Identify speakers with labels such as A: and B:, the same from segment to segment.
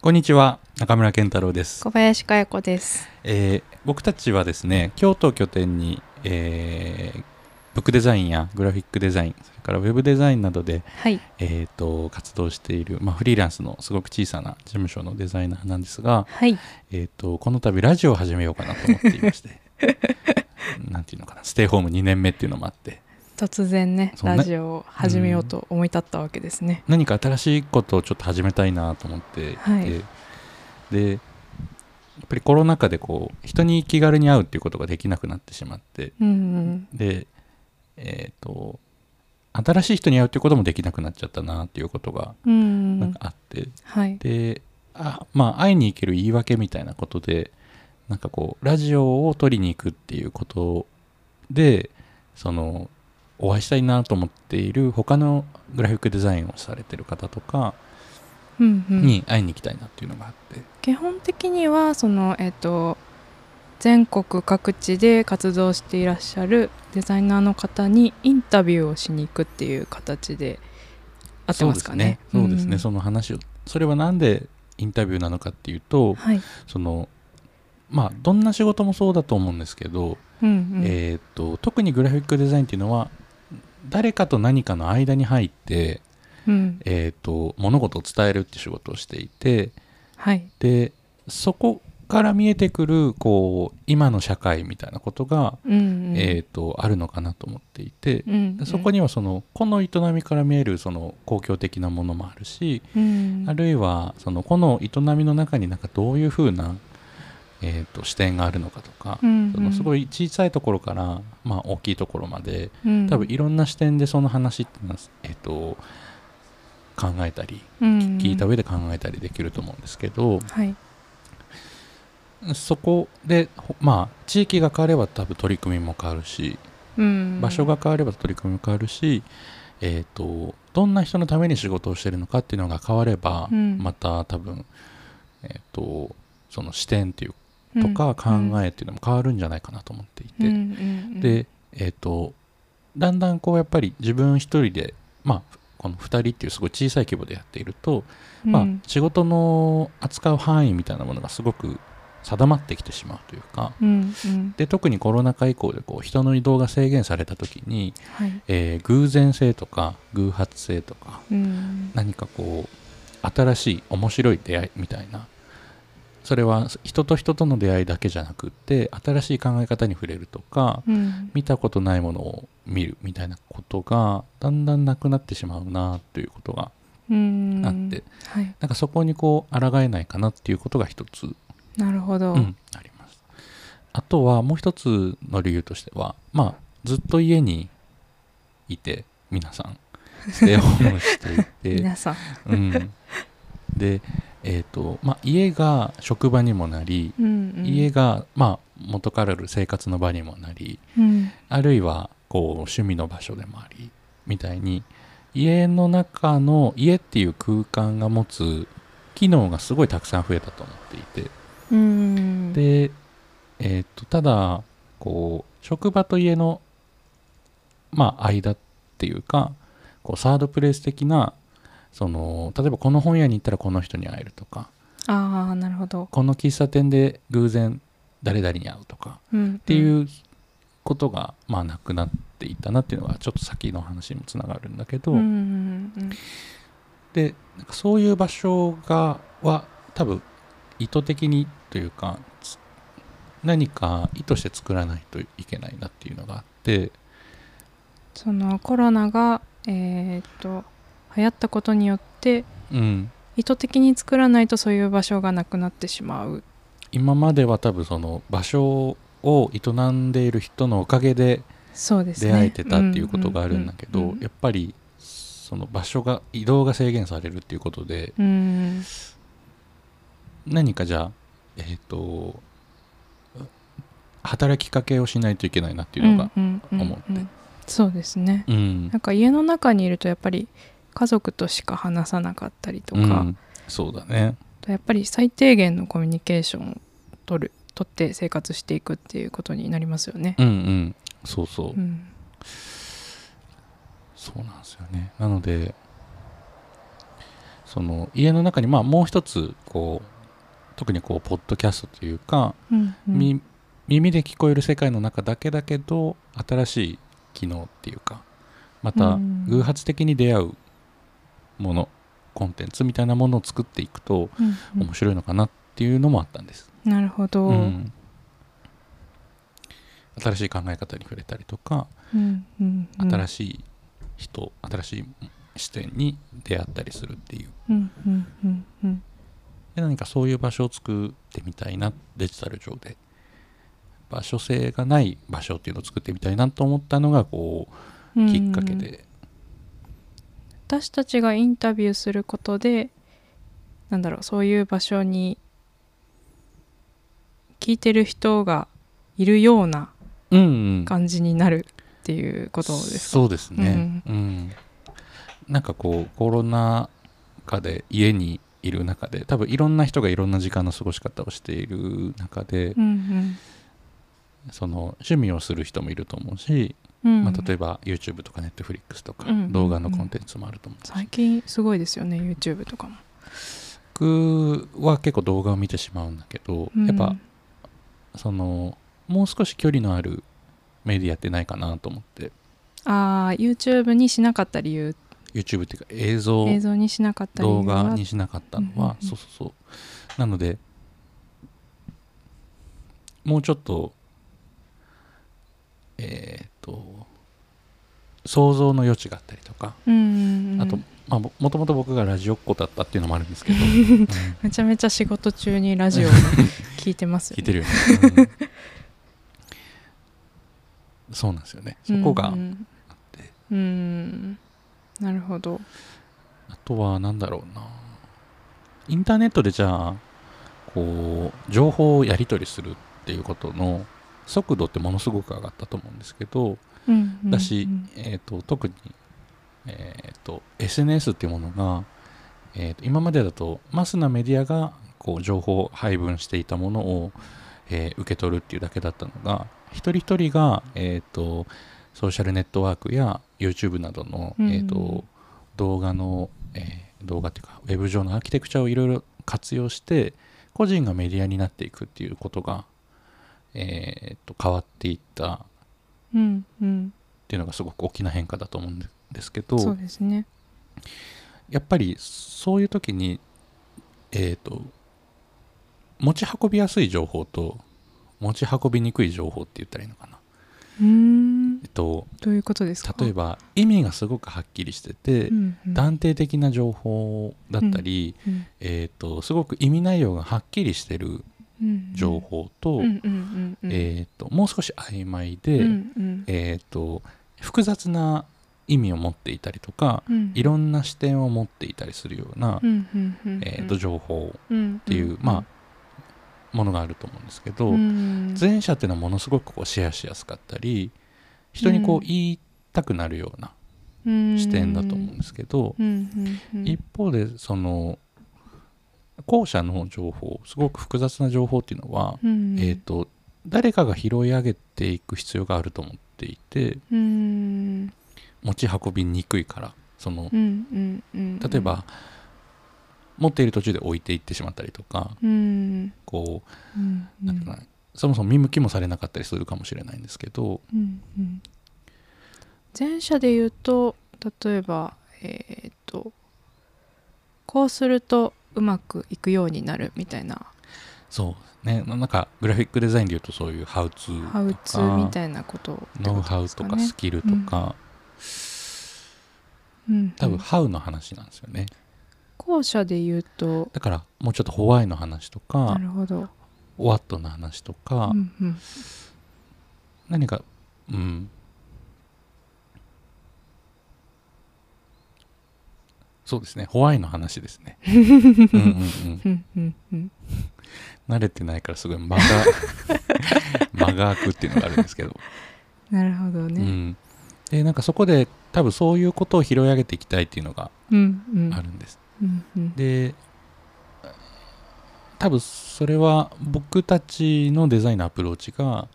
A: こんにちは中村健太郎です、
B: 小林佳代子です。
A: えー僕たちはですね京都を拠点に、えーブックデザインやグラフィックデザインそれからウェブデザインなどで、
B: はい。
A: えー、と活動している、まあ、フリーランスのすごく小さな事務所のデザイナーなんですが、
B: はい。
A: えー、とこの度ラジオを始めようかなと思っていましてなんていうのかなステイホーム2年目っていうのもあって
B: 突然ね、
A: そうね
B: ラジオを始めようと思い立ったわけですね。
A: 何か新しいことをちょっと始めたいなと思っていて、
B: はい
A: でやっぱりコロナ禍でこう人に気軽に会うっていうことができなくなってしまって
B: うん、
A: でえっ、と新しい人に会うっていうこともできなくなっちゃったなっていうことが
B: うん。うんう
A: なん
B: ん
A: か。あって、
B: はい。
A: であまあ会いに行ける言い訳みたいなことでなんかこうラジオを撮りに行くっていうことでそのお会いしたいなと思っている他のグラフィックデザインをされてる方とか
B: うんうん。
A: に会いに行きたいなっていうのがあって、
B: 基本的には、その、えっ、と、全国各地で活動していらっしゃるデザイナーの方にインタビューをしに行くっていう形で合ってますかね。
A: そうですねそうですね、
B: ん
A: その話をそれはなんでインタビューなのかっていうと
B: はい。
A: そのまあどんな仕事もそうだと思うんですけど、
B: うんうん。
A: えーっと特にグラフィックデザインっていうのは誰かと何かの間に入って、
B: うん。
A: えーっと物事を伝えるって仕事をしていて
B: はい。
A: でそこから見えてくるこう今の社会みたいなことが、
B: うんうん。
A: えーっとあるのかなと思っていて、
B: うんうん、
A: そこにはその個の営みから見えるその公共的なものもあるし、
B: うん、
A: あるいはその個の営みの中になんかどういうふうな、えー、と視点があるのかとか、
B: うんうん
A: そのすごい小さいところから、まあ、大きいところまで
B: うん、
A: 多分いろんな視点でその話っていうのは、えー、と考えたり
B: うん
A: 聞いた上で考えたりできると思うんですけど、
B: はい。
A: そこでほまあ地域が変われば多分取り組みも変わるし
B: うん、
A: 場所が変われば取り組みも変わるし、えー、とどんな人のために仕事をしてるのかっていうのが変われば、
B: うん
A: また多分、えー、とその視点っていう
B: うん
A: とか考えっていうのも変わるんじゃないかなと思っていて、
B: うんうんうん、
A: で、えー、とだんだんこうやっぱり自分一人でまあこの2人っていうすごい小さい規模でやっていると、
B: うん
A: まあ、仕事の扱う範囲みたいなものがすごく定まってきてしまうというか
B: うんうん
A: で特にコロナ禍以降でこう人の移動が制限された時に、
B: はい
A: えー偶然性とか偶発性とか
B: うん
A: 何かこう新しい面白い出会いみたいなそれは人と人との出会いだけじゃなくって新しい考え方に触れるとか
B: うん
A: 見たことないものを見るみたいなことがだんだんなくなってしまうなということが
B: うん
A: あって
B: はい、
A: なんかそこにこう抗えないかなっていうことが一つ、
B: なるほど、
A: うんありますあとはもう一つの理由としてはまあずっと家にいて皆さんステイホーム していて
B: 皆さん、
A: うん、で、えーとまあ、家が職場にもなり、
B: うんうん、
A: 家、が、まあ、元からある生活の場にもなり
B: うん
A: あるいはこう趣味の場所でもありみたいに家の中の家っていう空間が持つ機能がすごいたくさん増えたと思っていて
B: うん、
A: で、えー、とただこう職場と家の、まあ、間っていうかこうサードプレイス的なその例えばこの本屋に行ったらこの人に会えるとか
B: ああなるほど、
A: この喫茶店で偶然誰々に会うとか
B: うん、っ
A: って
B: う
A: いうことが、まあなくなっていったなっていうのがちょっと先の話にもつながるんだけど、
B: んうんうん
A: でなんかそういう場所がは多分意図的にというかつ何か意図して作らないといけないなっていうのがあって
B: そのコロナがえーっと流行ったことによって
A: うん
B: 意図的に作らないとそういう場所がなくなってしまう、
A: 今までは多分その場所を営んでいる人のおかげで
B: そうですね。
A: 出会えてたっていうことがあるんだけ
B: うん
A: ど
B: うんうん
A: やっぱりその場所が移動が制限されるっていうことで
B: うん、
A: 何かじゃあえっ、と働きかけをしないといけないなっていうのが、思って
B: うんうんうんうんそうですね
A: うん
B: なんか家の中にいるとやっぱり家族としか話さなかったりとか、
A: うんそうだね
B: あとやっぱり最低限のコミュニケーションを取る取って生活していくっていうことになりますよね。
A: うんうんそうそう、
B: うん
A: そうなんですよねなのでその家の中にまあもう一つこう特にこうポッドキャストというか、
B: うんうん
A: み耳で聞こえる世界の中だけだけど新しい機能っていうかま
B: う
A: た
B: ん
A: 偶発的に出会うものコンテンツみたいなものを作っていくと
B: うんうん
A: 面白いのかなっていうのもあったんです。
B: なるほど、
A: うん新しい考え方に触れたりとか
B: うんうんうん
A: 新しい人、新しい視点に出会ったりするっていう
B: うんうんうんうん
A: で何かそういう場所を作ってみたいなデジタル上で場所性がない場所っていうのを作ってみたいなと思ったのがこ
B: う
A: うんきっかけで、
B: 私たちがインタビューすることでなんだろうそういう場所に聞いてる人がいるような
A: うんうん
B: 感じになるっていうことですか
A: そうですね、うんなんかこうコロナ禍で家にいる中で多分いろんな人がいろんな時間の過ごし方をしている中で、
B: うん
A: その趣味をする人もいると思うし、
B: うんうん
A: まあ、例えば YouTube とか Netflix とか
B: うんうんうん
A: 動画のコンテンツもあると思うし、
B: 最近すごいですよね YouTube とかも。
A: 僕は結構動画を見てしまうんだけど、
B: うん
A: やっぱそのもう少し距離のあるメディアってないかなと思って
B: ああ YouTube にしなかった理由
A: YouTube っていうか映像
B: 映像にしなかった理由
A: 動
B: は
A: 画にしなかったのは、
B: うんうんうん
A: そうそうそうなのでもうちょっとえーっと想像の余地があったりとか
B: うんうんうん
A: あと、まあ、ももともと僕がラジオっ子だったっていうのもあるん ですけど、うん
B: めちゃめちゃ仕事中にラ ジオを聞いてますよ
A: 聞い
B: ね
A: てるよね、うんそうなんですよねそこが、
B: うん
A: あって
B: うんうんなるほど
A: あとはなんだろうなインターネットでじゃあこう情報をやり取りするっていうことの速度ってものすごく上がったと思うんですけど
B: うんうん
A: だし、
B: うん
A: えー、と特に、えー、と SNS っていうものが、えーと今までだとマスなメディアがこう情報を配分していたものを、えー受け取るっていうだけだったのが一人一人が、えー、とソーシャルネットワークや YouTube などの、
B: うん
A: えー、と動画の、えー動画っていうかウェブ上のアーキテクチャをいろいろ活用して個人がメディアになっていくっていうことが、えー、と変わっていった
B: うんうん
A: っていうのがすごく大きな変化だと思うんでですけど
B: そうですね
A: やっぱりそういう時にえっ、と持ち運びやすい情報と持ち運びにくい情報って言ったらいいのかな、
B: うーん
A: えっと、
B: どういうことですか
A: 例え
B: ば、
A: ば意味がすごくはっきりしてて、
B: うんうん
A: 断定的な情報だったり、
B: うん
A: えっとすごく意味内容がはっきりしてる
B: うんうん
A: 情報と,、
B: うんうんうんうん
A: えっともう少し曖昧で、
B: うんうん
A: えっと複雑な意味を持っていたりとか、
B: うん
A: いろんな視点を持っていたりするような、
B: うんうんうんうん
A: えーと情報
B: っ
A: っていう、まあものがあると思うんですけど、
B: うん
A: 前者っていうのはものすごくこうシェアしやすかったり人にこ
B: う
A: うん言いたくなるような視点だと思うんですけど、
B: うんうんうん
A: 一方でその後者の情報すごく複雑な情報っていうのは、
B: うん
A: えー、と誰かが拾い上げていく必要があると思っていて
B: うん
A: 持ち運びにくいからその
B: うんうんうん
A: 例えば持っている途中で置いていってしまったりとか
B: うん
A: こ
B: うん
A: うなんていうかなそもそも見向きもされなかったりするかもしれないんですけど
B: うんうん前者で言うと例えばえっ、とこうするとうまくいくようになるみたいな
A: そうねななんかグラフィックデザインで言うとそういうハウツ
B: ハウ
A: ーと
B: ツーみ
A: か
B: たいなことってこと
A: ノウハウ
B: です
A: と
B: か
A: か
B: ね
A: スキルとか
B: うん
A: 多分ハウの話なんですよね
B: 後者で言うと
A: だからもうちょっとホワイの話と
B: な
A: か
B: るほど、
A: ワットの話とか
B: うんうん、
A: 何かうんそうですねホワイの話です ねうんうんうん
B: うんうんうん
A: 慣れてないからすごい 間が間が空くっていうのがあるんですけど、
B: なるほど
A: う
B: ね、
A: ん、でなんかそこで多分そういうことを拾い上げていきたいっていうのが
B: うん、うん
A: あるんです、
B: うんうん
A: で多分それは僕たちのデザインのアプローチが、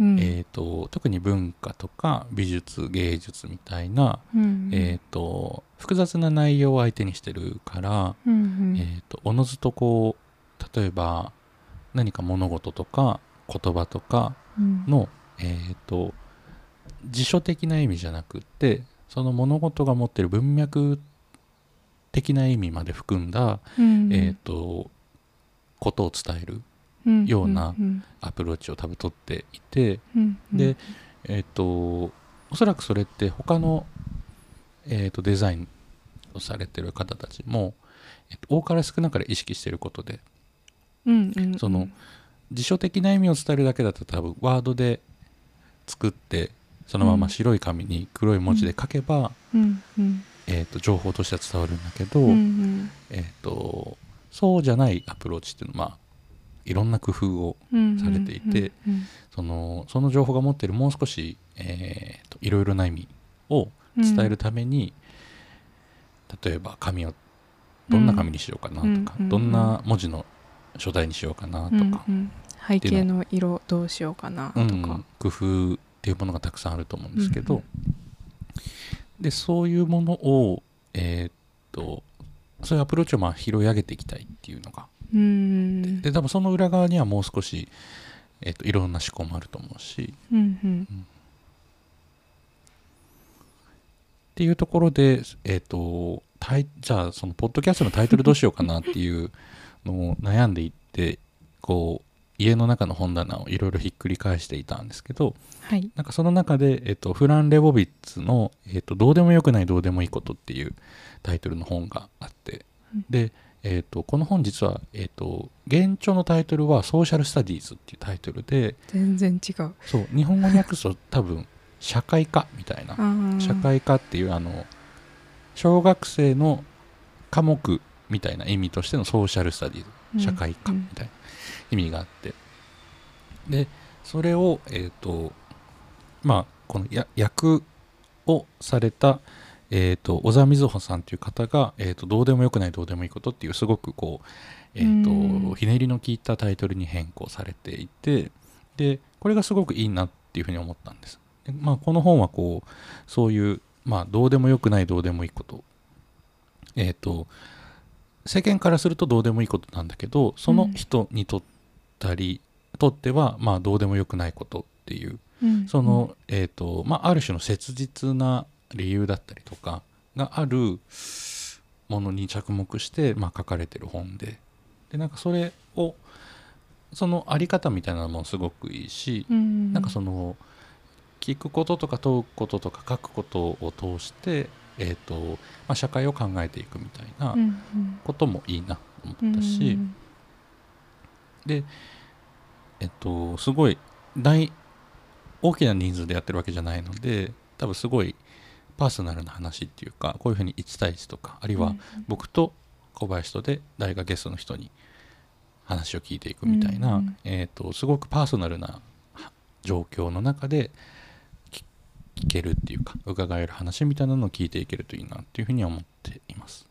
B: うん
A: えー、と特に文化とか美術芸術みたいな、
B: うん
A: えー、と複雑な内容を相手にしてるから、
B: うんうん
A: えー、とおのずとこう例えば何か物事とか言葉とか
B: うん
A: の、えー、と辞書的な意味じゃなくってその物事が持ってる文脈的な意味まで含んだ、
B: うん
A: えー、とことを伝える
B: うん
A: ような
B: うん
A: アプローチを多分取っていて、
B: うんうん
A: でえっ、とおそらくそれって他の、えー、とデザインをされてる方たちも、えっと多から少なから意識してることで
B: うんうん
A: その辞書的な意味を伝えるだけだと多分ワードで作ってそのまま白い紙に黒い文字で書けば、
B: うんうん
A: えー、と情報としては伝わるんだけど、
B: うんうん
A: えー、とそうじゃないアプローチっていうのは、まあ、いろんな工夫を
B: うん
A: されていて
B: うん
A: そのその情報が持ってるもう少し、えー、といろいろな意味を
B: うん
A: 伝えるために、例えば紙をどんな紙にしようかなとか、
B: うんうん
A: どんな文字の書体にしようかなとか、
B: うんうん背景の色どうしようかなと
A: うん
B: か
A: 工夫っていうものがたくさんあると思うんですけど、
B: うん
A: でそういうものをえーっとそういうアプローチをまあ拾い上げていきたいっていうのが
B: うん
A: で多分その裏側にはもう少し、えーっといろんな思考もあると思うしっ
B: うんうん
A: ていうところでえーっとタイじゃあそのポッドキャストのタイトルどうしようかなっていうのを悩んでいってこう家の中の本棚をいろいろひっくり返していたんですけど、
B: はい
A: なんかその中で、えっと、フラン・レボビッツの、えっと「どうでもよくないどうでもいいこと」っていうタイトルの本があって、
B: うん
A: で、えっと、この本実は、えっと、現著のタイトルは「ソーシャル・スタディーズ」っていうタイトルで
B: 全然違う
A: そう日本語に訳すと多分「社会科」みたいな
B: あ
A: 「
B: あ
A: 社会科」っていうあの小学生の科目みたいな意味としてのソーシャル・スタディーズ社会科みたいな意味があって、でそれをえっ、とまあこのや役をされた、えー、と小沢瑞穂さんという方が、えーと「どうでもよくないどうでもいいこと」っていうすごくこう、えーと
B: うん
A: ひねりの効いたタイトルに変更されていてでこれがすごくいいなっていうふうに思ったんです。でまあ、この本はこうそういう、まあ、どうでもよくないどうでもいいことえっ、と世間からするとどうでもいいことなんだけどその人にとったり、とってはまあどうでもよくないことっていう
B: うん
A: その、えっ、とまあある種の切実な理由だったりとかがあるものに着目して、まあ、書かれてる本ででなんかそれをそのあり方みたいなのもすごくいいし、
B: うん
A: なんかその聞くこととか問うこととか書くことを通して、えーとまあ、社会を考えていくみたいな
B: うんうん
A: こともいいなと
B: う
A: 思っ
B: ん
A: たし、
B: うん
A: で、えっと、すごい大大きな人数でやってるわけじゃないので多分すごいパーソナルな話っていうかこういうふうに1対1とかあるいは僕と小林とで誰かゲストの人に話を聞いていくみたいな、
B: うんうん
A: えー、とすごくパーソナルなは状況の中で聞聞けるっていうか伺える話みたいなのを聞いていけるといいなっていうふうには思っています。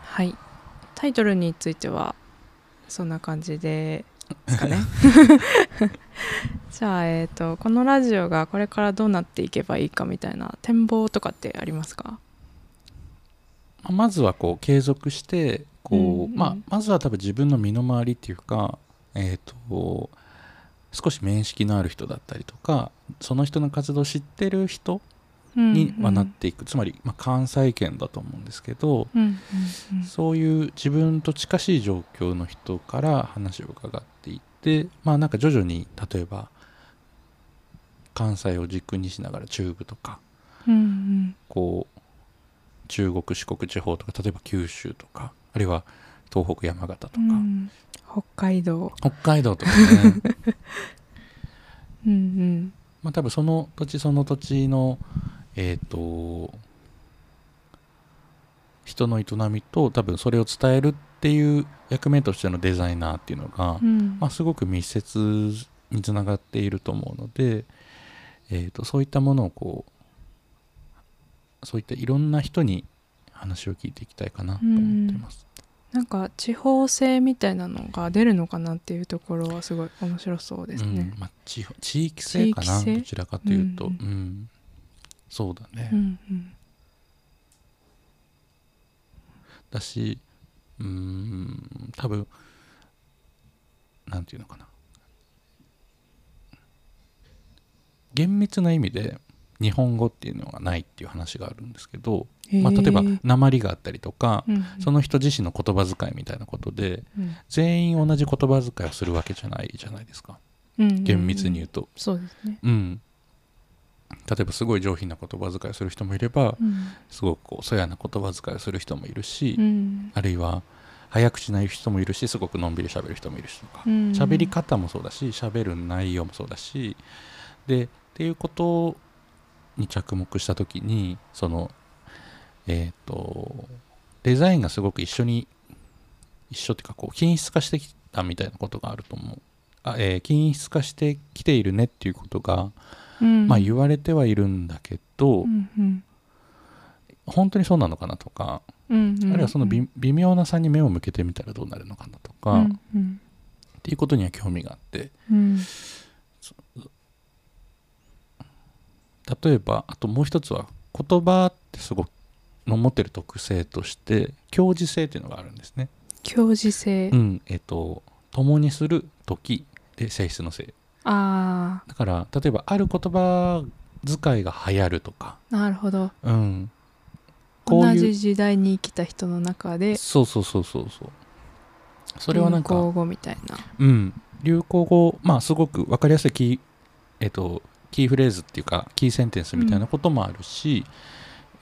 B: はいタイトルについてはそんな感じでですかねじゃあ、えー、とこのラジオがこれからどうなっていけばいいかみたいな展望とかってありますか
A: まあまずはこう継続してこう、
B: うんうん
A: まあ、まずは多分自分の身の回りっていうか、えー、と少し面識のある人だったりとかその人の活動を知ってる人にはなっていく、つまり、まあ、関西圏だと思うんですけど、
B: うんうんうん
A: そういう自分と近しい状況の人から話を伺っていってまあなんか徐々に例えば関西を軸にしながら中部とか
B: うん
A: こう中国四国地方とか例えば九州とかあるいは東北山形とか、
B: うんうん北海道
A: 北海道とかね
B: うんうん
A: まあ、多分その土地その土地のえっ、と人の営みと多分それを伝えるっていう役目としてのデザイナーっていうのが、
B: うん
A: まあ、すごく密接につながっていると思うので、えー、とそういったものをこうそういったいろんな人に話を聞いていきたいかなと思ってます。
B: なんか地方性みたいなのが出るのかなっていうところはすごい面白そうですね
A: うん。まあ、地方地域性かな
B: 地域性
A: どちらかというと、う
B: うんん
A: そうだね、
B: うんうん
A: だしうーん多分なんていうのかな厳密な意味で日本語っていうのがないっていう話があるんですけど、まあ、例えば
B: へー
A: 鉛があったりとか、
B: うん
A: その人自身の言葉遣いみたいなことで
B: うん
A: 全員同じ言葉遣いをするわけじゃないじゃないですか
B: うんうんうん
A: 厳密に言うと。
B: そうですね。
A: うん、例えばすごい上品な言葉遣いをする人もいれば
B: うん
A: すごくこうそやな言葉遣いをする人もいるし、
B: うん
A: あるいは早口な人もいるしすごくのんびり喋る人もいるしとか
B: うん
A: 喋、り方もそうだし喋る内容もそうだしでっていうことに着目した時にそのえっ、とデザインがすごく一緒に一緒っていうかこう均質化してきたみたいなことがあると思う。あえー均質化してきているねっていうことが、
B: うん
A: まあ言われてはいるんだけど、
B: うんうん
A: 本当にそうなのかなとか、
B: うんう
A: あ
B: ん
A: るいはその微微妙な差に目を向けてみたらどうなるのかなとか、
B: う
A: っ
B: んうん
A: ていうことには興味があって
B: うん
A: 例えばあともう一つは言葉ってすごくの持ってる特性として共時性っていうのがあるんですね。
B: 教授性
A: うん、えっ、と共にする時で性質の性
B: あ
A: だから例えばある言葉遣いが流行るとか、
B: あなるほど
A: うん、こう
B: 同
A: い
B: じ
A: う
B: 時代に生きた人の中で
A: そうそうそうそうそうそれはなんか
B: 流行語みたいな
A: うん、流行語、まあ、すごく分かりやすいキー,、えっとキーフレーズっていうかキーセンテンスみたいなこともあるし、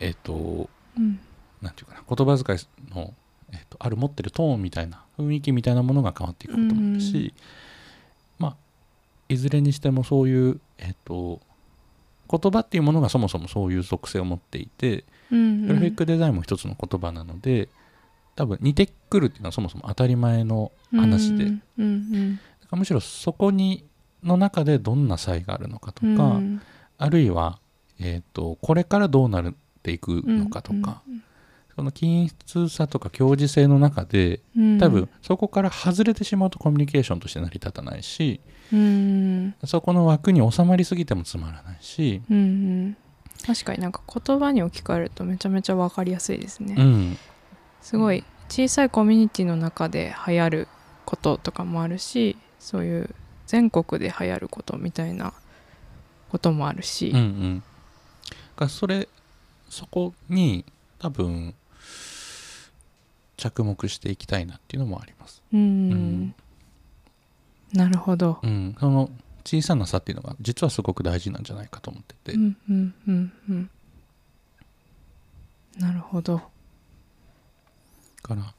A: えっと
B: うん
A: なんていうかな言葉遣いの、えっとある持ってるトーンみたいな雰囲気みたいなものが変わっていくこともあるし、
B: うん
A: まあ、いずれにしてもそういう、えっと言葉っていうものがそもそもそういう属性を持っていて
B: うんうん
A: グラフィックデザインも一つの言葉なので、多分似てくるっていうのはそもそも当たり前の話で。
B: うんうん
A: だからむしろそこにの中でどんな差異があるのかと
B: う
A: か、
B: ん
A: あるいは、えー、とこれからどうなっていくのかとか、その均質さとか共時性の中で
B: うん
A: 多分そこから外れてしまうとコミュニケーションとして成り立たないし
B: うん
A: そこの枠に収まりすぎてもつまらないし、
B: うんうん確かになんか言葉に置き換えるとめちゃめちゃ分かりやすいですね、
A: うん
B: すごい小さいコミュニティの中で流行ることとかもあるしそういう全国で流行ることみたいなこともあるし
A: うんう、ん、だからそれそこに多分着目していきたいなっていうのもあります。
B: うん
A: うん
B: なるほど、
A: うん、その小さな差っていうのが実はすごく大事なんじゃないかと思ってて、
B: うんうんうんうんなるほど
A: から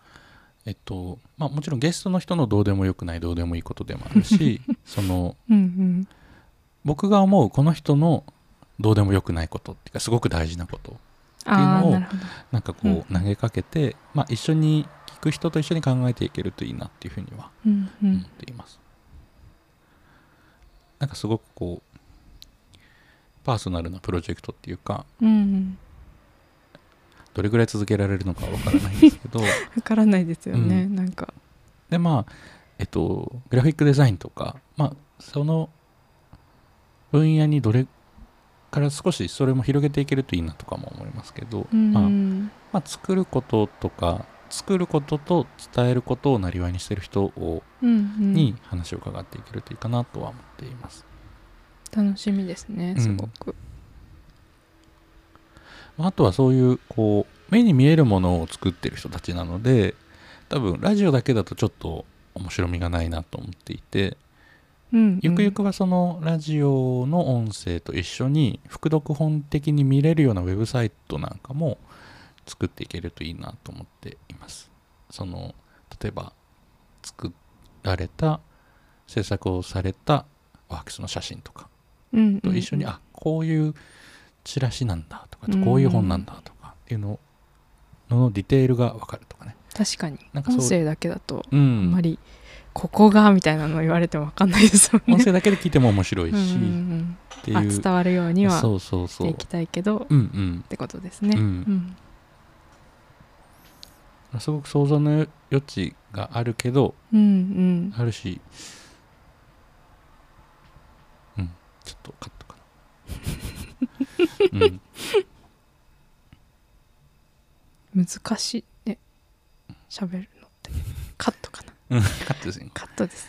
A: えっとまあもちろんゲストの人のどうでもよくないどうでもいいことでもあるしその
B: うん
A: 僕が思うこの人のどうでもよくないことっていうかすごく大事なこと
B: うんあ
A: っていうの
B: あ
A: を
B: なるほど
A: なんかこう投げかけて、まあ一緒に聞く人と一緒に考えていけるといいなっていうふうには
B: うんう
A: 思っ
B: ん
A: ています、なんかすごくこうパーソナルなプロジェクトっていうか
B: うんうん
A: どれぐらい続けられるのかわからないんですけど
B: わからないですよね、
A: う
B: なんか
A: でまあえっとグラフィックデザインとかまあその分野にどれから少しそれも広げていけるといいなとかも思いますけど、
B: うん、
A: まあまあ、作ることとか作ることと伝えることをなりわいにしてる人を、
B: うんうん
A: に話を伺っていけるといいかなとは思っています。
B: 楽しみですねすごく、
A: まあ、あとはそういうこう目に見えるものを作ってる人たちなので多分ラジオだけだとちょっと面白みがないなと思っていて、
B: うんうん
A: ゆくゆくはそのラジオの音声と一緒に副読本的に見れるようなウェブサイトなんかも作っていけるといいなと思っています。その例えば作られた制作をされたワークスの写真とか
B: うん
A: と一緒に、
B: うん
A: あこういうチラシなんだとか、
B: うん
A: こういう本なんだとかっていうのののディテールが分かるとかね
B: 確かに
A: なんかそう
B: 音声だけだと
A: う
B: あんま
A: ん
B: りここがみたいなの言われても分かんないですもん
A: 音
B: ね。
A: 声だけで聞いても面白いし、
B: うんうん
A: って
B: う
A: い
B: ん
A: う
B: あ伝わるようには
A: そうそう
B: し
A: そ
B: ていうきたいけど
A: うんうん
B: ってことですね。
A: う
B: うん
A: んすごく想像の余地があるけど
B: うんうん
A: あるしうんちょっとカットかなうん
B: 難しいね喋るのってカットかな
A: うんカットですね
B: カットです。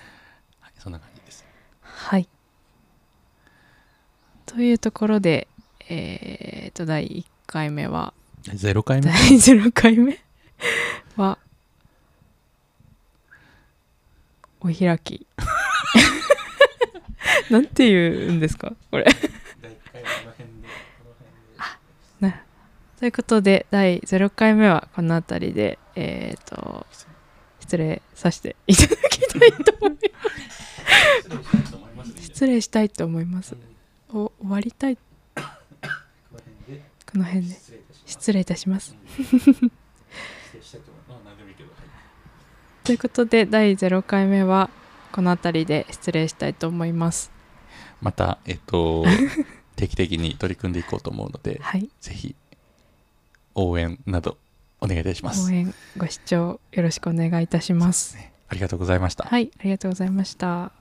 A: はいそんな感じです
B: はい。というところでえー、と第1回目は
A: ゼロ回目
B: 第0回目 はお開きなんて言うんですかこれなということで第0回目はこの辺りでえっ、と失礼させていただきたいと思います失礼したいと思いますお終わりたいこの辺で失礼いたしますということで第0回目はこの辺りで失礼したいと思います
A: またえっと定期的に取り組んでいこうと思うので
B: はい
A: ぜひ応援などお願いいたします
B: 応援ご視聴よろしくお願いいたします
A: ありがとうございました
B: はいありがとうございました